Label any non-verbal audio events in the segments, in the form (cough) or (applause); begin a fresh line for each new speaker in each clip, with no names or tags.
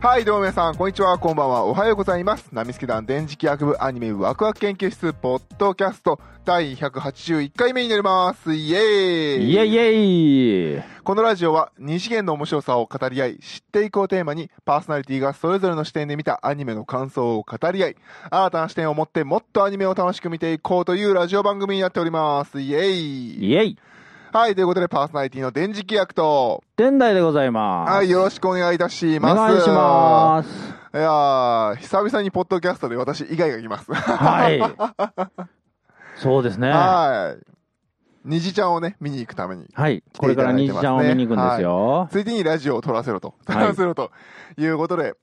はい、どうも皆さん、こんにちは、こんばんは、おはようございます。ナミスケ団電磁気学部アニメワクワク研究室、ポッドキャスト、第181回目になります。イエーイ
イエイイエイ
このラジオは、二次元の面白さを語り合い、知っていくをテーマに、パーソナリティがそれぞれの視点で見たアニメの感想を語り合い、新たな視点を持ってもっとアニメを楽しく見ていこうというラジオ番組になっております。イエーイ
イエイ
はい、ということで、パーソナリティの電磁気役と、
天台でございます。
はい、よろしくお願いいたし
お
ます。
願いします。
(laughs) いやー、久々にポッドキャストで私以外が来ます。
はい。そうですね。は
はい。虹ちゃんをね、見に行くために。
い。これから
来ていただいてま
虹
すね
ちゃんを見に行くんですよ。
ついでにラジオを撮らせろと。撮
はい
らせろということで、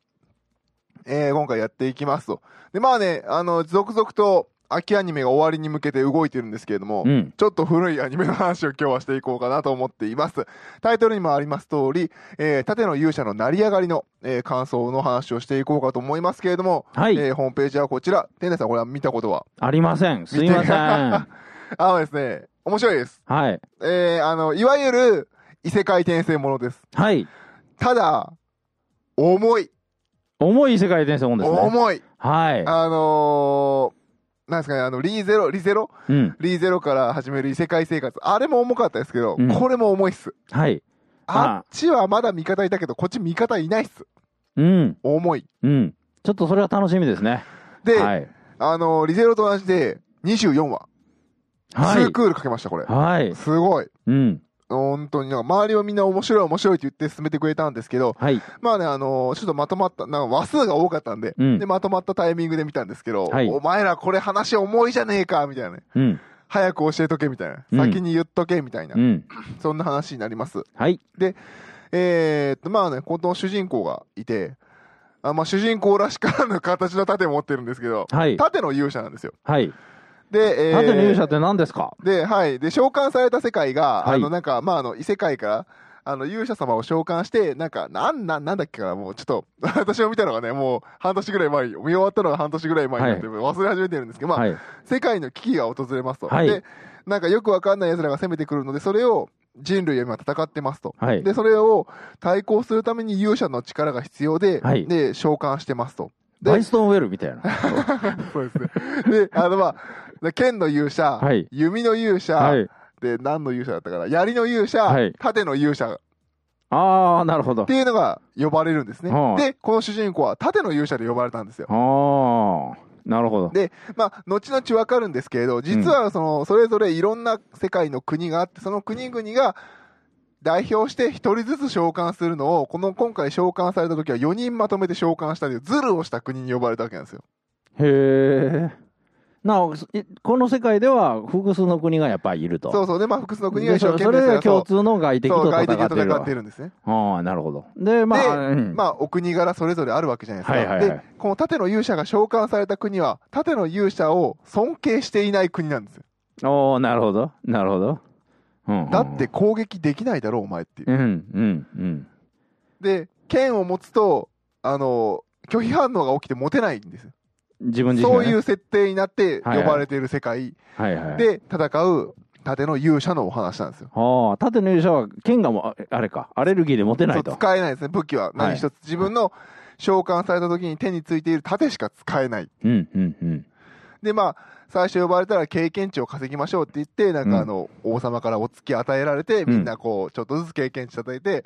えー今回やっていきますと。で、まあね、あの、続々と秋アニメが終わりに向けて動いてるんですけれども、
うん。
ちょっと古いアニメの話を今日はしていこうかなと思っています。タイトルにもあります通り、えー盾の勇者の成り上がりの、えー感想の話をしていこうかと思いますけれども、
はい
えーホームページはこちら。天内さん、これは見たことは
ありません。すいません。
あのですね、面白いです。
はい。
えー、あの、いわゆる異世界転生ものです。
はい。
ただ、重い。
重い世界転生もんですね。
重い。
はい。
あのー、なんですかね、あの、リーゼロ、リゼロ
うん。
リーゼロから始める異世界生活。あれも重かったですけど、
うん
これも重いっす。
はい。ああ
あっちはまだ味方いたけど、こっち味方いないっす。
うん。
重い。
うん。ちょっとそれは楽しみですね。
で、
はい。
あのー、リゼロと同じで、24話。
は
2
い。
クールかけました、これ。
はい。
すごい。
うん。
本当になんか周りはみんな面白い面白いって言って進めてくれたんですけど、
はい。
まあね、あのーちょっとまとまった、なんか話数が多かったんで、
うん
で、まとまったタイミングで見たんですけど、
はい
お前らこれ話重いじゃねえか、みたいなね。
うん。
早く教えとけ、みたいな。
うん
先に言っとけ、みたいな、
うん。
そんな話になります。
はい。
えー、っと、まあね、この主人公がいて、あまあ、主人公らしからぬ形の盾を持ってるんですけど、
はい。
盾の勇者なんですよ。
はい。
で、えー
縦の勇者って何ですか
で、はい。で、召喚された世界が、
はい
あの、なんか、まあ、あの、異世界から、あの、勇者様を召喚して、なんか、なん、なん、なんだっけかな、もう、ちょっと、 (laughs) 私を見たのがね、もう、半年ぐらい前に、見終わったのが半年ぐらい前になって、忘れ始めてるんですけど、まあ、
はい。
世界の危機が訪れますと。
はい
で、なんか、よくわかんない奴らが攻めてくるので、それを、人類は今戦ってますと。
はい。
で、それを対抗するために勇者の力が必要で、
はい
で、召喚してますと。 (laughs) で
バイストンウェルみたいな。
そうですね。で、あの、まあ、剣の勇者、
はい
弓の勇者、
はい。
で、何の勇者だったかな、槍の勇者、
はい
盾の勇者っ
ああ、なるほど
て。いうのが呼ばれるんですね
は。あ
で、この主人公は盾の勇者で呼ばれたんですよ。
ああ、なるほど。
で、まあ、後々わかるんですけれど、実はその、それぞれいろんな世界の国があって、その国々が代表して一人ずつ召喚するのを、この今回召喚された時は4人まとめて召喚したという、ズルをした国に呼ばれたわけなんですよ。
へえ。なお、すいこの世界では複数の国がやっぱりいると。
そうそう。で、まあ、複数の国が
で
一生
そ
懸
そ
命
れ
です
が
よ
共通の外敵
そう、
と
外敵
戦
が
ってる
戦
わ
ってるんですね。
ああ、なるほど。で、まあ、うん
まあ、お国柄それぞれあるわけじゃないですか。
はいはいはい
で、この盾の勇者が召喚された国は、盾の勇者を尊敬していない国なんですよ。
おおなるほど。なるほど。うん、
だって、攻撃できないだろう、お前っていう
う。ん、うん、うん。
で、剣を持つと、あの、拒否反応が起きて持てないんですよ。
自分自身
そ
が
う
ね、
いう設定になって
はいは
呼
い
ばれている世界
はいはい。で、
で戦う盾の勇者のお話なんですよ。
ああ、盾の勇者は剣がもう、ああれか、アレルギーで持てな
そう
いと。
使えないですね、武器は。何一つ。自分の召喚された時に手についている盾しか使えない。
うん、うん、うん。
でまあ最初呼ばれたら経験値を稼ぎましょうって言ってなん
うん
かあの、王様からお付き与えられて
ん
みんなこうちょっとずつ経験値叩いて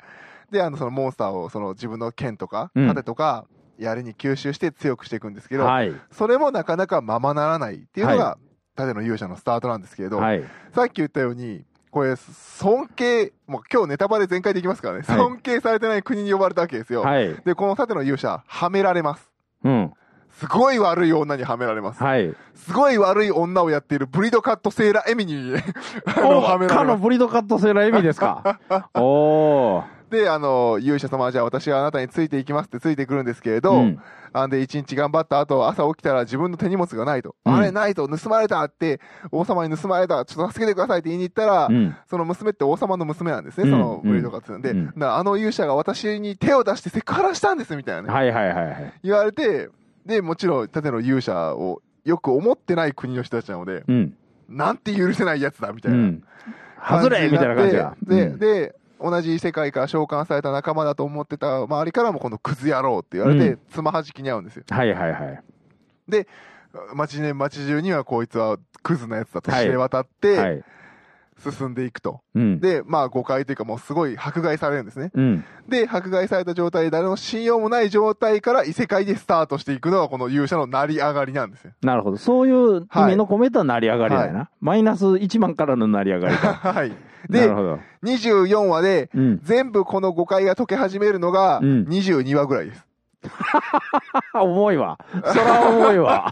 であのそのモンスターをその自分の剣とか
うん
盾とか槍に吸収して強くしていくんですけど、
はい。
それもなかなかままならないっていうのが盾の勇者のスタートなんですけれど、
はい。
さっき言ったようにこれ尊敬もう今日ネタバレ全開できますからね、
はい
尊敬されてない国に呼ばれたわけですよ、
はい。
でこの盾の勇者はめられます
うん。
すごい悪い女にはめられます
はい。
すごい悪い女をやっているブリドカットセーラーエミに
(laughs)
あの
お
はめら
か
れ
の
ます
ブリドカットセーラーエミで
(laughs)
すか。おお。
であの勇者様はじゃあ私はあなたについていきますってついてくるんですけれど、
うん
あんで一日頑張った後朝起きたら自分の手荷物がないと、
うん
あれないと盗まれたって王様に盗まれたちょっと助けてくださいって言いに行ったら、
うん。
その娘って王様の娘なんですね、
う
そ
ん
のブリドカットなんで、
うん
なあの勇者が私に手を出してセクハラしたんですみたいなね、
はいはいはいはい。
言われてでもちろん盾の勇者をよく思ってない国の人たちなので、
うん。
なんて許せないやつだみた
う
いな、
ん。外れみたいな感じが。
で、
うん
で、同じ世界から召喚された仲間だと思ってた周りからもこのクズ野郎って言われ
う
てつまはじきに合うんですよ、
はいはいはい。
街ね街中にはこいつはクズなやつだと知れ渡って
はい。
進んでいくと、
うん。
でまあ誤解というかもうすごい迫害されるんですね
うん。
で迫害された状態で誰の信用もない状態から異世界でスタートしていくのがこの勇者の成り上がりなんです
(laughs)
よ
なるほど。そういう意味の込めた成り上がりだよな。マイナス1万からの成り上がりか。
はい
な
(laughs) で
るほど。
24話で (laughs)
うん。
全部この誤解が解け始めるのが
うん
22話ぐらいです、
あ、重いわ。そら重
(laughs)
いわ。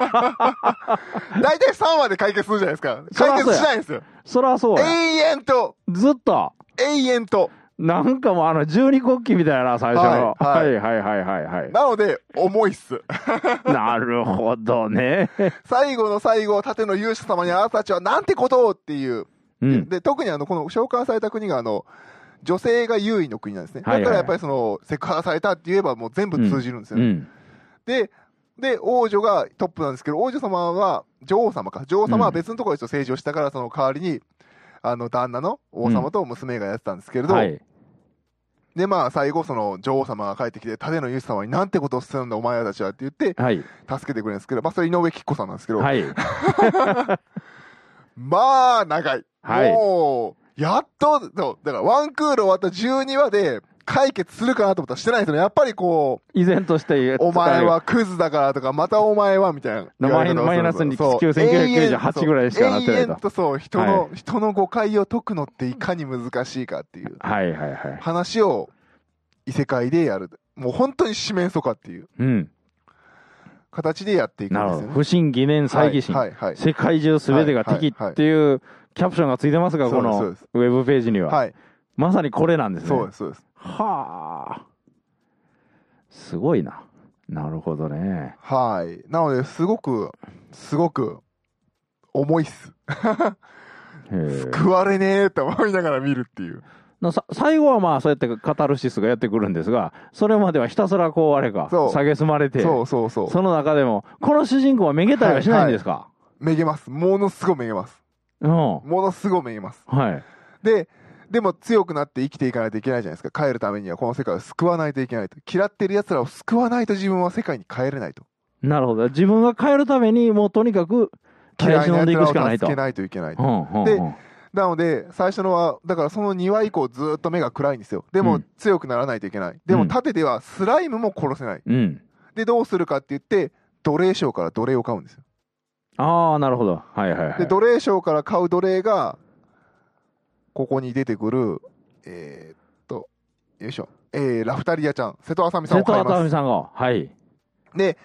大体3話で解決するじゃないですか
そら
解
そう
決
や
しないんですよ
そらそう
永
や。
遠と
ずっと。
永遠と
なんかもうあの十二国旗みたいな最初の、
は
はいい、はいはいはいはい
なので重いっす (laughs)
なるほどね。
最後の最後盾の勇者様にあなたたちはなんてことをっていう
うん。
で特にあのこの召喚された国があの女性が優位の国なんですね、
はいはい
だからやっぱりそのセクハラされたって言えばもう全部通じるんですよ、
うん。
でで王女がトップなんですけど王女様は女王様か女王様は別のところで政治をしたからその代わりにあの旦那の王様と娘がやってたんですけれど、
はい。
でまあ最後その女王様が帰ってきて舘野勇士様になんてことをするんだお前らたちはって言って
はい。
助けてくれるんですけどまあそれ井上貴子さんなんですけど、
はい。
まあ、長い。
はい
もう、やっと、そうだからワンクール終わった12話で解決するかなと思ったらしてないですよね。やっぱりこう、
依然として、
お前はクズだからとか、またお前はみたいな言われ方をするんですよ。
マイナス9998
そう
ぐらいしかなってないと
永遠とそう、人の、人の誤解を解くのっていかに難しいかっていう
はいはいはい。
話を異世界でやる。もう本当に四面楚歌っていう
うん。
形でやっていくん
なる
で
ほ
す
ど。
よね。
不信、疑念、猜疑心。
はい、はい、はい。
世界中すべてが敵っていうキャプションがついてますが、
そう
こ
です
の
そう
ウ
です
ェブページには。
はい、
まさにこれなんですね。
そうです、そうです。
はあ。すごいな。なるほどね。
はい。なので、すごく、すごく、重いっす。
へえ
食われねえと思いながら見るっていう。
なさ最後はまあそうやってカタルシスがやってくるんですがそれまではひたすらこうあれか
そう
蔑まれて
そうそうそう。
その中でもこの主人公はめげたりはしないんですか、
めげます。ものすごいめげます。ものすごいめげます。
うんはい
で、でも強くなって生きていかないといけないじゃないですか。帰るためにはこの世界を救わないといけないと。嫌ってる奴らを救わないと自分は世界に帰れないと。
なるほど自分が変えるためにもうとにかく耐え
嫌いな
忍んでいくし
奴
からな
を
いと
助けないといけないと。
うんうん
で
うん
なので、最初のは、だからその2話以降ずーっと目が暗いんですよ。で
う
も
ん
強くならないといけない。でも
うん
盾ではスライムも殺せない。
うん
で、どうするかって言って、奴隷商から奴隷を買うんですよ。
ああなるほどはいはいは
で、
い
奴隷商から買う奴隷が、ここに出てくる、えーっと、よいしょ、えーラフタリアちゃん、瀬戸麻美さん
瀬
を買
戸
い
朝
ま
海さんがはい
す。で、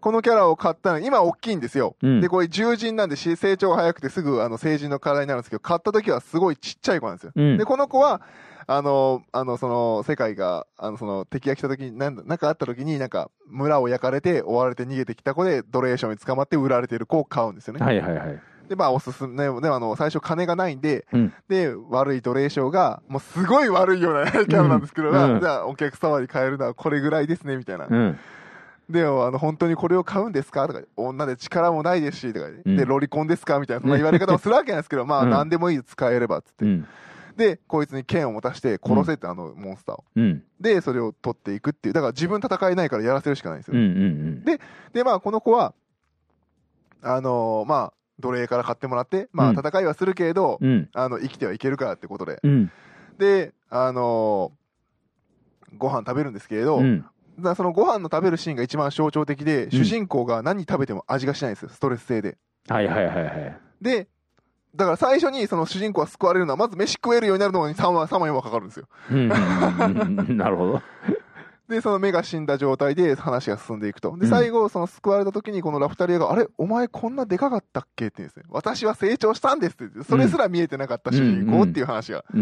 このキャラを買ったの、今大きいんですよ。
うん
で、これ獣人なんでし成長が早くてすぐあの成人の体になるんですけど、買った時はすごいちっちゃい子なんですよ。
うん
で、この子は、あの、あの、その、世界が、あの、その、敵が来た時に、なんだなんかあった時に、なんか、村を焼かれて、追われて逃げてきた子で、奴隷商に捕まって売られてる子を買うんですよね。
はいはいはい
で、まあ、おすすめ、ね、あの、最初金がないんで、
うん
で、悪い奴隷商が、もうすごい悪いような (laughs) キャラなんですけど、
うん
まあ
うん
じゃあ、お客様に買えるのはこれぐらいですね、みたいな。
うん
で、あの、本当にこれを買うんですかとか、女で力もないですし、とか、
うん
で、ロリコンですかみたいな、そんな言われ方をするわけなんですけど、まあ、
うん
何でもいい、使えれば、つって
う。ん
で、こいつに剣を持たして、殺せって、あの、モンスターを。
うん
で、それを取っていくっていう。だから、自分戦えないからやらせるしかないんですよ。
うんうん
で、まあ、この子は、あのーまあ、奴隷から買ってもらって、まあ、
うん
戦いはするけれど、
うんうん
あの、生きてはいけるからってことで。
うん
で、あのーご飯食べるんですけれど、
うん
だからそのご飯の食べるシーンが一番象徴的で、主人公が何食べても味がしないんですよ、ストレス性で。
はいはいはいはい
で、だから最初にその主人公が救われるのは、まず飯食えるようになるのに3話、3話4話かかるんですよ。
うんうんうんうんなるほど
で、その目が死んだ状態で話が進んでいくと。
う
で、
ん
最後、その救われた時に、このラフタリアが、あれお前こんなでかかったっけって言うんですね。私は成長したんですって言って、それすら見えてなかった主人公っていう話が
うー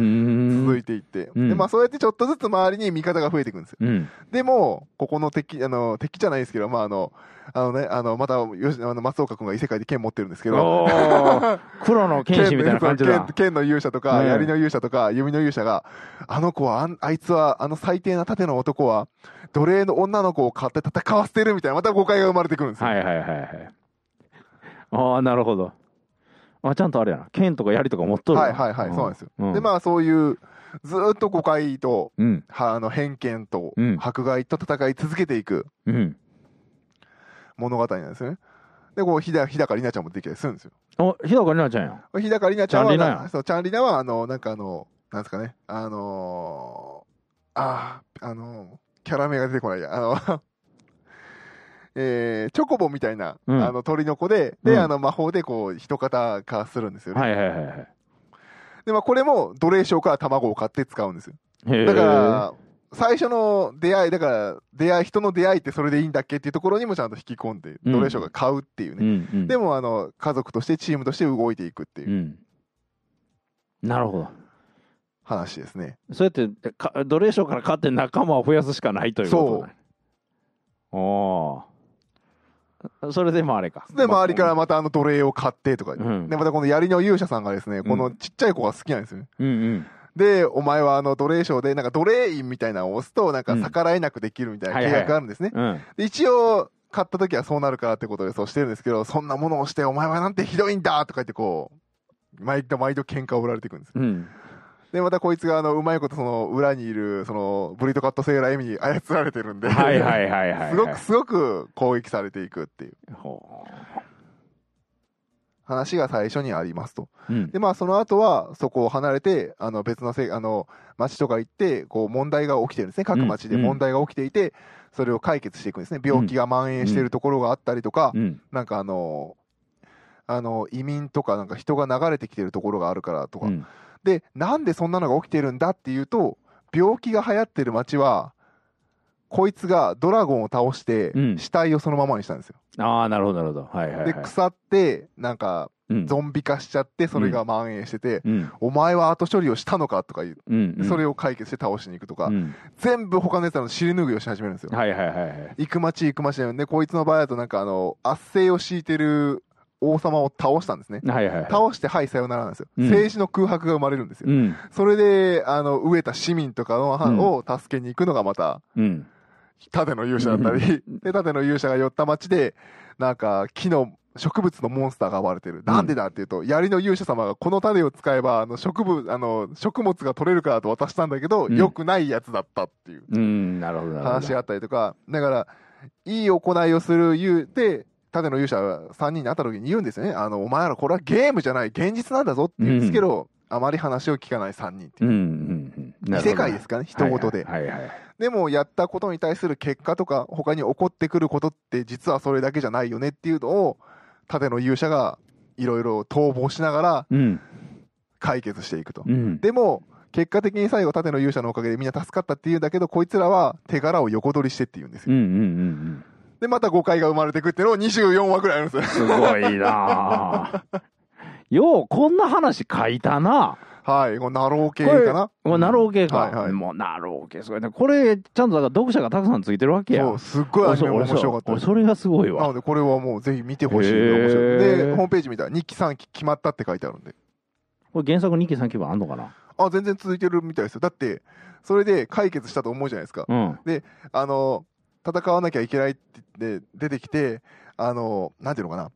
ん
続いていって。
うん
で、まあそうやってちょっとずつ周りに味方が増えていくんですよ。
うん
でも、ここの敵、あの、敵じゃないですけど、まああの、あのね、あの、また、よしあの松岡君が異世界で剣持ってるんですけど、
おー黒の剣士みたいな感じ
剣
だ
の。剣の勇者とか、
うん
槍の勇者とか、弓の勇者が、あの子はあん、あいつは、あの最低な盾の男は、奴隷の女の子を買って戦わせてるみたいな、また誤解が生まれてくるんですよ。
はいはいはいはい。ああ、なるほど。あちゃんとあれやな。剣とか槍とか持っとるな。
はいはいはいそうなんですよ。
うん
で、まあ、そういうずーっと誤解と、
うん。
はあの偏見と
うん、
迫害と戦い続けていく
うん。
物語なんですよね。で、こう、日高、日高里奈ちゃんも出てきたりするんですよ。
お、日高里奈ちゃんや。
日高里奈ちゃんは
チャンリナや
な、そう、チャンリナは、あの、なんかあの、なんですかね、あのー、あー、あのー、キャラ名が出てこないや、あの、 (laughs) えー、チョコボみたいな、
うん
あの鳥の子で、で、
うん
あの魔法でこう、人型化するんですよね。
はいはいはいはい。
で、まあ、これも奴隷商から卵を買って使うんですよ。
へえ
だから、最初の出会い、だから、出会い、人の出会いってそれでいいんだっけっていうところにもちゃんと引き込んで、
うん
奴隷商が買うっていう
う
ね。
んうん。。
でも、あの、家族として、チームとして動いていくっていううん
なるほど。
話ですね。
そうやってか奴隷賞から勝って仲間を増やすしかないということね。おお。それでもあれか。
で、周りからまたあの奴隷を買ってとか、
うん
で、またこの槍の勇者さんがですね、このちっちゃい子が好きなんですよね。
うんうん。
で、お前はあの奴隷賞で、なんか奴隷員みたいなのを押すと、なんか逆らえなくできるみたいな
うん
契約があるんですね。
うん。
で一応、買った時はそうなるからってことでそうしてるんですけど、そんなものをして、お前はなんてひどいんだとか言ってこう、毎度毎度喧嘩を売られていくんですよ。 (laughs)
うん。
で、またこいつがあの、うまいことその裏にいる、その、ブリトカットセーラーエミに操られてるんで、
はいはいはいはいはい。
すごくすごく攻撃されていくっていう
ほ
話が最初にありますと。
う。うん
でまあその後はそこを離れてあの別のせあの町とか行ってこう問題が起きてるんですね各町で
うん
問題が起きていて、それを解決していくんですね病気が蔓延しているところがあったりとか、
うん。
なんかあのあの移民とかなんか人が流れてきてるところがあるからとか、
うん
でなんでそんなのが起きてるんだっていうと病気が流行ってる町はこいつがドラゴンを倒して
うん
死体をそのままにしたんですよ、
ああ、なるほどなるほど。はいはいはい。
で腐ってなんか
うん
ゾンビ化しちゃってそれが蔓延してて、
うん
お前は後処理をしたのかとか言う、
うんうん。
それを解決して倒しに行くとか、
うん
全部他のやつらの尻拭いをし始めるんですよ。
はいはいはいはい。
行く町行く町なんで、こいつの場合だとなんかあの、圧政を敷いてる王様を倒したんですね。
はいはいはい。
倒して、はい、さよならなんですよ。
うん
政治の空白が生まれるんですよ。
うん。
それで、あの、飢えた市民とかの、
うん
を助けに行くのがまた、
うん。
盾の勇者だったり、で、盾の勇者が寄った町で、なんか、木の、植物のモンスターが暴れてる。なんでだっていうと、槍の勇者様がこの種を使えば、あの、植物、あの、食物が取れるからと渡したんだけど、
うん
良くないやつだったっていう
うん。なるほどなるほど。
話があったりとか、だから、いい行いをする言うて、盾の勇者3人に会った時に言うんですよね。あの、お前らこれはゲームじゃない、現実なんだぞって言うんですけど、あまり話を聞かない3人ってい
うん
う。
うんうん。な
異
るほど
世界ですかね、人事で。
はいはいはいはい。
でもやったことに対する結果とか他に起こってくることって実はそれだけじゃないよねっていうのを盾の勇者がいろいろ逃亡しながら
うん。
解決していくと、
うん。
でも結果的に最後盾の勇者のおかげでみんな助かったっていうんだけどこいつらは手柄を横取りしてって言うんです
う
よ、
んうんうん
でまた誤解が生まれてくっていうのを24話ぐらいある
(laughs)
んですよ
うん。すごいなあよう、こんな話書いたな。
はいこのナロー系かな
もうナロー系か。
はいはい
もうナロー系すごいね。これ、ちゃんとだから読者がたくさんついてるわけや。
そうすっごいアニメも
俺
面
そう
白かった
俺
です
それがすごい
な
わ。
のでこれはもうぜひ見てほしい
へー
面白いでホームページ見たら2期3期決まったって書いてあるんで
これ原作2期3期分あんのかな
あ、全然続いてるみたいですよ。だって、それで解決したと思うじゃないですか。
うん。
あの、戦わなきゃいけないって言って出てきて、あの、なんていうのかな。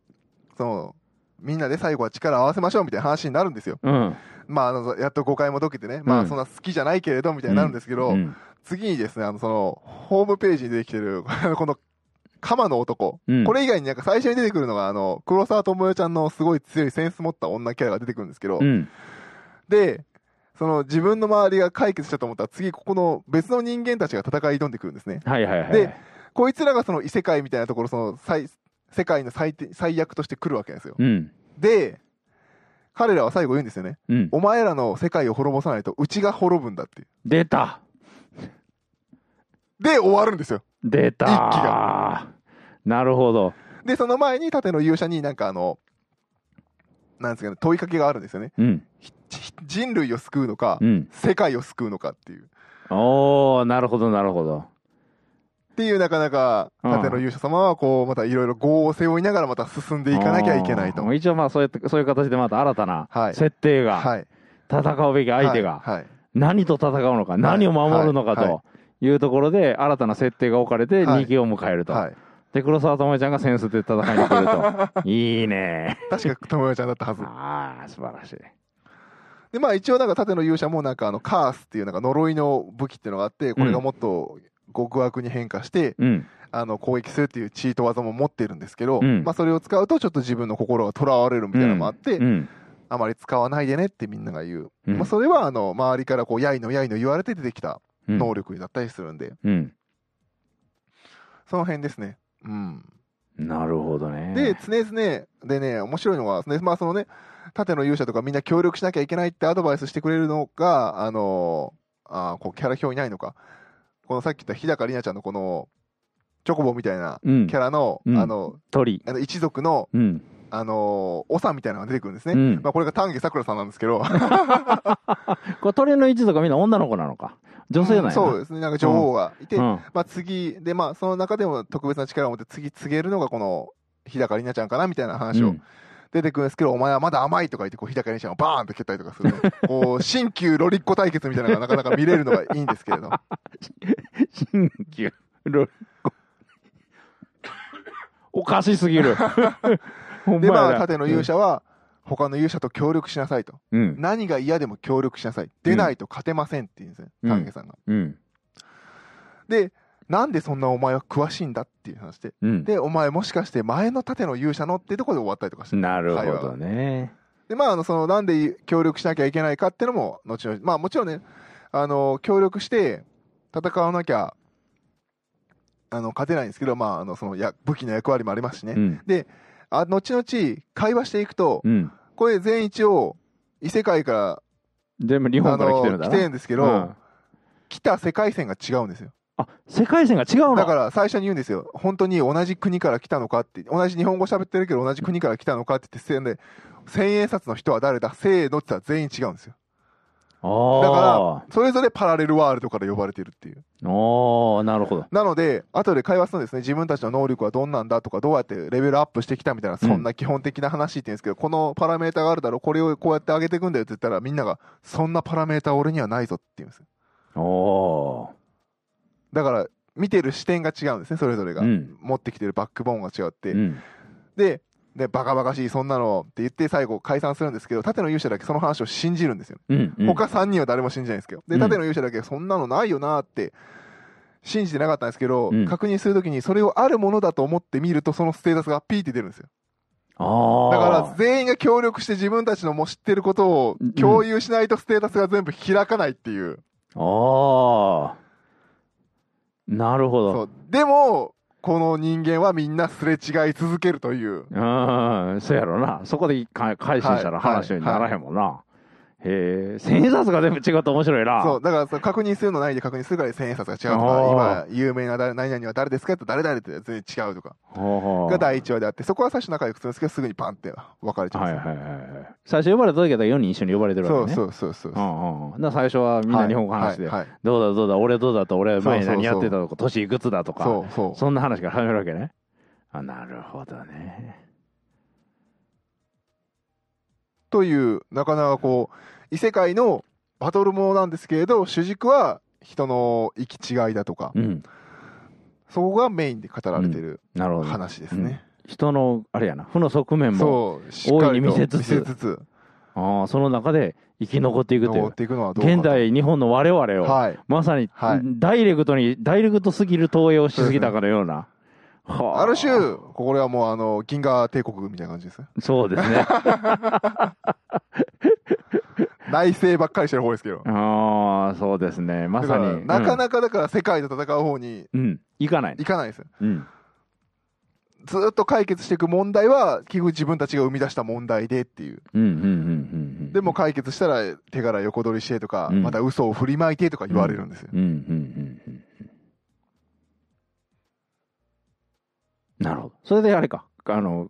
その、みんなで最後は力を合わせましょうみたいな話になるんですよ。
うん。
まあ、あの、やっと誤解も解けてね。ま
う
あ、
ん
そんな好きじゃないけれど、みたいになるんですけど、
うん。
次にですね、あの、その、ホームページに出てきてる、 (laughs) この、鎌の男。
うん
これ以外になんか最初に出てくるのが、あの、黒沢智代ちゃんのすごい強いセンス持った女キャラが出てくるんですけど、
うん。
で、その自分の周りが解決したと思ったら、次、ここの別の人間たちが戦い挑んでくるんですね。
はいはいはい。
でこいつらがその異世界みたいなところ、その最世界の最低最悪として来るわけですよ。
うん。
で、彼らは最後言うんですよね。
うん。
お前らの世界を滅ぼさないと、うちが滅ぶんだっていう。
出た。
で、終わるんですよ。
出た。
一気
なるほど。
で、その前に盾の勇者になんかあの、なんですかね、問いかけがあるんですよね。
うん。
ひ人類を救うのか
う、ん。
世界を救うのかっていう。
おー、なるほどなるほど。
っていうなかなか
うん
盾の勇者様はこうまたいろいろ業を背負いながらまた進んでいかなきゃいけないと。
あ
は
ー一応まあそうやってそういう形でまた新たな
はい
設定が、
い、
戦うべき相手が、
はいはい
何と戦うのか、何を守るのか
はいは
というところで新たな設定が置かれて
はい
2期を迎えると、
はい
で黒沢智恵ちゃんがセンスで戦いに来ると (laughs) いいね
確か友代ちゃんだったはず。
ああ素晴らしい
でまあ一応なんか盾の勇者もなんかあのカースっていうなんか呪いの武器っていうのがあってこれがもっと極悪に変化して、
うん。
あの攻撃するっていうチート技も持ってるんですけど、
うん
まあそれを使うとちょっと自分の心がとらわれるみたいなのもあって、
うん。
あまり使わないでねってみんなが言う、
うん
まあ、それはあの周りからこうやいのやいの言われて出てきた
うん
能力だったりするんで、
うん。
その辺ですね。うん、
なるほどね。
で、常々、でね、面白いのは、ねまあ、そのね、盾の勇者とかみんな協力しなきゃいけないってアドバイスしてくれるのが、あのーあーこうキャラ表いないのか、このさっき言った日高里奈ちゃんのこの、チョコボみたいな
うん
キャラの、
うん
あの、
鳥。
あの一族の、
うん。
あのー長みたいなのが出てくるんですね。
うん
まあ、これが丹下桜さんなんですけど、
これ鳥の一族はみんな女の子なのか。女性なんやな。
(laughs) そうですね、なんか女王がいて、
うん。
まあ、次で、まあ、その中でも特別な力を持って次告げるのがこの日高里奈ちゃんかなみたいな話を、
うん
出てくるんですけどお前はまだ甘いとか言ってこう日高里奈ちゃんをバーンと蹴ったりとかす
(laughs)
るのこう新旧ロリッコ対決みたいなのがなかなか見れるのがいいんですけれ
(laughs)
ど
新旧ロリコおかしす
(laughs)
ぎるほん
で
や
ま
な
あ盾の勇者は他の勇者と協力しなさいと
うん
何が嫌でも協力しなさい出ないと勝てませんって言うんですね
うん
丹下さんが
うん
でなんでそんなお前は詳しいんだっていう話で
うん
でお前もしかして前の盾の勇者のってところで終わったりとかして
なるほどね
でまああのそのなんで協力しなきゃいけないかってのも後々まあもちろんねあの協力して戦わなきゃあの勝てないんですけどまああのそのや武器の役割もありますしね、
うん
あ後々会話していくと、
うん
これ全一を異世界から
全部日本から来てるん
あの
だな
来てるんですけど、
うん
来た世界線が違うんですよ
あ世界線が違うの
だから最初に言うんですよ本当に同じ国から来たのかって同じ日本語喋ってるけど同じ国から来たのかって言ってせんで千円札の人は誰だせーのって言ったら全員違うんですよ
あー
だから、それぞれパラレルワールドから呼ばれてるっていう。
おーなるほど
なので、後で会話するんですね。自分たちの能力はどんなんだとか、どうやってレベルアップしてきたみたいな、そんな基本的な話って言うんですけど、このパラメータがあるだろう、これをこうやって上げていくんだよって言ったら、みんなが、そんなパラメータ俺にはないぞって言うんですよ。
お
だから、見てる視点が違うんですね、それぞれが。
うん
持ってきてるバックボーンが違って。
ーうん
で、で、バカバカしい、そんなのって言って、最後解散するんですけど、縦の勇者だけその話を信じるんですよ。
うんうん
他3人は誰も信じないんですけど、
う
で
ん
盾の勇者だけそんなのないよなって信じてなかったんですけど、
うん
確認するときにそれをあるものだと思って見るとそのステータスがピーって出るんですよ
あー
だから全員が協力して自分たちのもう知ってることを共有しないとステータスが全部開かないっていう、
あーなるほど
そうでもこの人間はみんなすれ違い続けるという
うーん、そうやろな。そこでか改心したら
はい
話にならへんもんな。へえ、千円札が全部違うと面白いな。
そうだからそう確認するのないで確認するから千円札が違うと
あ
か今有名な誰何々は誰ですかって誰々って全然違うとか
ほうほう
が第1話であってそこは最初仲良くするんですけどすぐにバンって分かれちゃうん
は
です
い
よ
はいはいはい。最初呼ばれた時は4人一緒に呼ばれてるわけね。
そううそうそうそう。
んうんうん。だから最初はみんな日本語話して、
はいはいはい
どうだどうだ、俺どうだと、俺前
そうそうそう
何やってたとか、年いくつだとか、
そうそう。
そんな話から始めるわけね。あ、なるほどね。
という、なかなかこう、異世界のバトルものなんですけれど、主軸は人の行き違いだとか、
うん。
そこがメインで語られてる
なるほど。
話ですね。
人の、あれやな、負の側面も、
そう、しっかりと
大いに見せつつ
見せつつ、
ああその中で生き残っていくとい
登
う
っ。ていくのはどうかと
現代日本の我々を、
はい。
まさに、
はい
ダイレクトに、ダイレクトすぎる投影をしすぎたかのような。は
ある種、これはもう、あの、銀河帝国みたいな感じですね。
そうですね。
内政ばっかりしてる方ですけど。
ああ、そうですね。
(laughs)
ま
だ
さ
から
に。
なか
か。
なかだから世界と戦う方に
うん。行かない。
行かないです。
うん。
ずーっと解決していく問題は、結局自分たちが生み出した問題でっていう。
うん、うん、うん、うん。
でも、解決したら手柄横取りしてとか、
うん
また嘘を振りまいてとか言われるんですよ。
うん、うん、うん、うん。なるほど。それであれか。あの、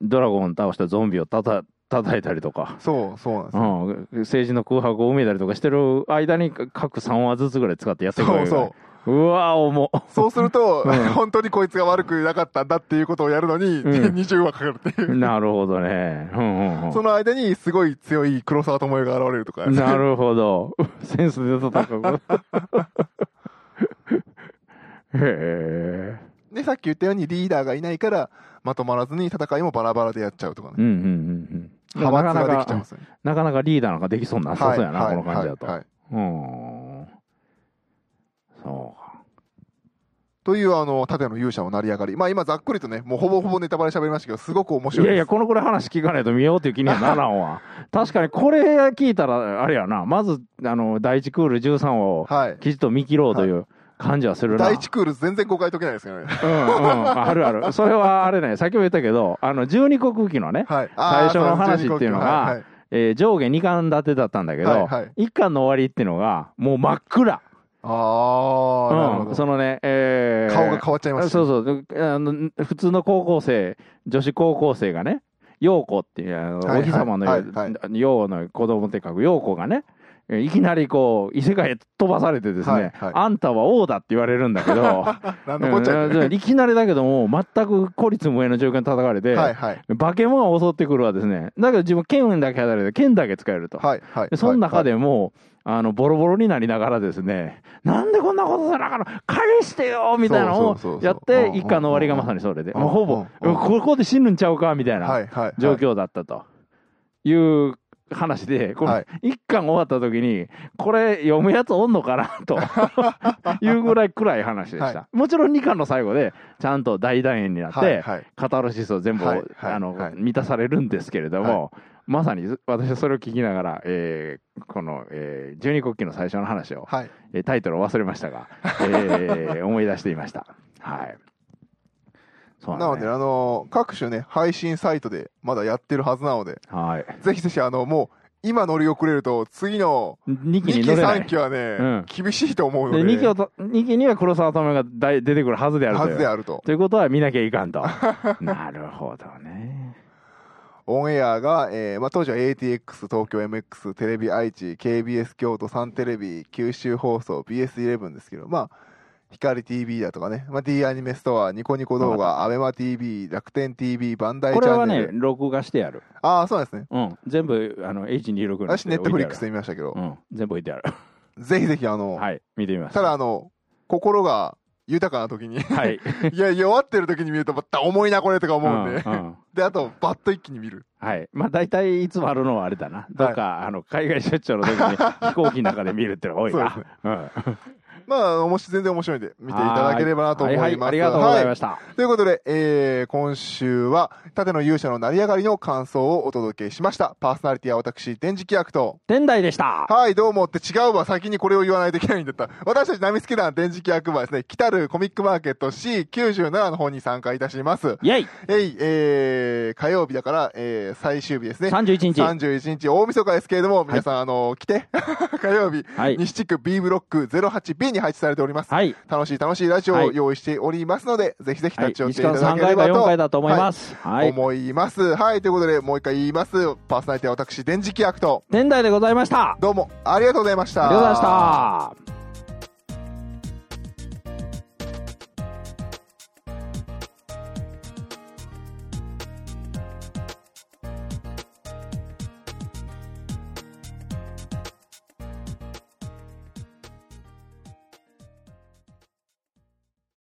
ドラゴン倒したゾンビをたた、叩いたりとか。
そうそうなんです
う
よ。
ん、政治の空白を埋めたりとかしてる間に各3話ずつぐらい使ってやってくれ
そう
る
そう
うわー重っ
う。そうすると、
うん
本当にこいつが悪くなかったんだっていうことをやるのに、
うん
20話かかるっていう。
なるほどね。うんうんうん
(laughs) その間にすごい強い黒沢智代が現れるとか。
なるほど。 (laughs) センスで戦う。
(laughs)
へえ。
で、さっき言ったようにリーダーがいないから、まとまらずに戦いもバラバラでやっちゃうとか
う
ね。
んうんうんなか
派
な
閥ができちゃうん
か
ですよね。
なかなかリーダーなんかできそうになさそうやな、
はい
この感じだと、
はいはい
うんそうか
という、あの、盾の勇者の成り上がり。まあ今ざっくりとね、もうほぼほぼネタバレ喋りましたけど、すごく面白いです。
いやいや、このくらい話聞かないと見ようっていう気にはならんわ。
(laughs)
確かにこれ聞いたら、あれやな、まず、あの、第一クール13を
はい。
きちっと見切ろうという感じはするな。
第一クール全然誤解解けないですよね。
うんうん、ある
(laughs)
ある。それはあれね、先ほど言ったけど、あの、12国旗のね、
はい。
最初の話
あーそう
っていうのが
はいはい
えー上下2巻立てだったんだけど、
はいはい
1巻の終わりっていうのが、もう真っ暗。
あー、なる
う
ほ
ん、
ど。
そのね、えー
顔が変わっちゃいました
そ
ね。
うそうあの普通の高校生女子高校生がね陽子っていうあの、
はいはい
お日様の陽、
はいはい
陽の子供って書く陽子がねえいきなりこう異世界へ飛ばされてですね、
はいはい
あんたは王だって言われるんだ
(laughs)
けど
なんのこっちゃい
うんいきなりだけども全く孤立無援の状況に叩かれて、
はいはい。
化け物が襲ってくるわですねだけど自分剣だけ離れて剣だけ使えると、
はいはい。
でその中
はい、
でもう、あのボロボロになりながらですね、なんでこんなことせなあかんの、返してよみたいなのを
そうそうそうそう
やっ
うんうん
て
う、ん
一巻の終わりがまさにそれで、
うん
もうほぼ、
うんうん
ここで死ぬんちゃうかみたい
は
ない
はいはい。
状況だったという話で、こ
は
の
い
一巻終わった時に、これ、読むやつおんのか
(laughs)
なというぐらい暗い話でし
は
た。もちろん二巻の最後で、ちゃんと大団円になっ
はい
て、
はい。
カタルシスを全部、
はいはい
あの
はい
満たされるんですけれども、まさに私はそれを聞きながら、えーこの、えー十二国旗の最初の話を、
はい。
えータイトルを忘れましたが、えー思い出していました。はい。そう
な
な
の
ん
で、
だね
あのー各種ね、配信サイトでまだやってるはずなので、
はい。
ぜひぜひ、あの、もう、今乗り遅れると、次の
二期
2
に
期、
乗れない。
3
で
期は
う
ね
ん、
厳しいと思うので、
二期をと二期には黒沢留めが大出てくるはずであると
は
いう
ずであると。
ということは見なきゃいか
(laughs)
んと。なるほどね。
オンエアが、えーまあ、当時は ATX、東京 MX、テレビ愛知、KBS 京都、サンテレビ、九州放送、BS11 ですけど、まあ、光 TV だとかね、まあ、D アニメストア、ニコニコ動画、アベマ TV、楽天 TV、バンダイチ
これ
ャ
は
ンネ
ね
ル。、
録画してある。
ああ、そうなんですね。
うん。全部、あの、H226 のやつ
私、
で
ネット
置いてある
フリックスで見ましたけど
う、ん、全部置いてある。
ぜひぜひ、あの、
はい、見てみます。
ただ、あの、心が豊かな
(laughs)
時に、
はい。
いや、弱ってる時に見ると、また重いな、これと (laughs) か思うんで、
んん
で、あと、バッと一気に見る。
はい。まあ、大体いつもあるのはあれだな。どっか、あの、海外出張の時
(laughs)
に飛行機の中で見るってのが多い
そ
な。うん
まあ、おもし全然面白いんで、見ていただければなと思います。
はいはい、ありがとうございました。
ということで、えー今週は、盾の勇者の成り上がりの感想をお届けしました。パーソナリティは私、電磁気役と、
天台でした。
はい、どうもって違うわ、先にこれを言わないといけないんだった。私たちナミスケ団電磁気役はですね、来たるコミックマーケット C97 の方に参加いたします。
イェイ
えい、えー火曜日だから、えー最終日ですね。
!31 日。
31日、大晦日ですけれども、皆さん、あの、来て、 (laughs) 火曜日、
はい。
西地区 B ブロック 08B に配置されております。
はい。
楽しい楽しいラジオ
は
を
い
用意しておりますので、ぜひぜひ
は
立
い
ち寄ってい
西
た
川さ
だ
ん
け
3
れ
回か
ば
4
と
回だと思います。はい。
思います。はい、ということで、もう一回言います。パーソナリティは私、電磁気役と、
天台でございました。あり
どうもありがとうございました。
がとうございました。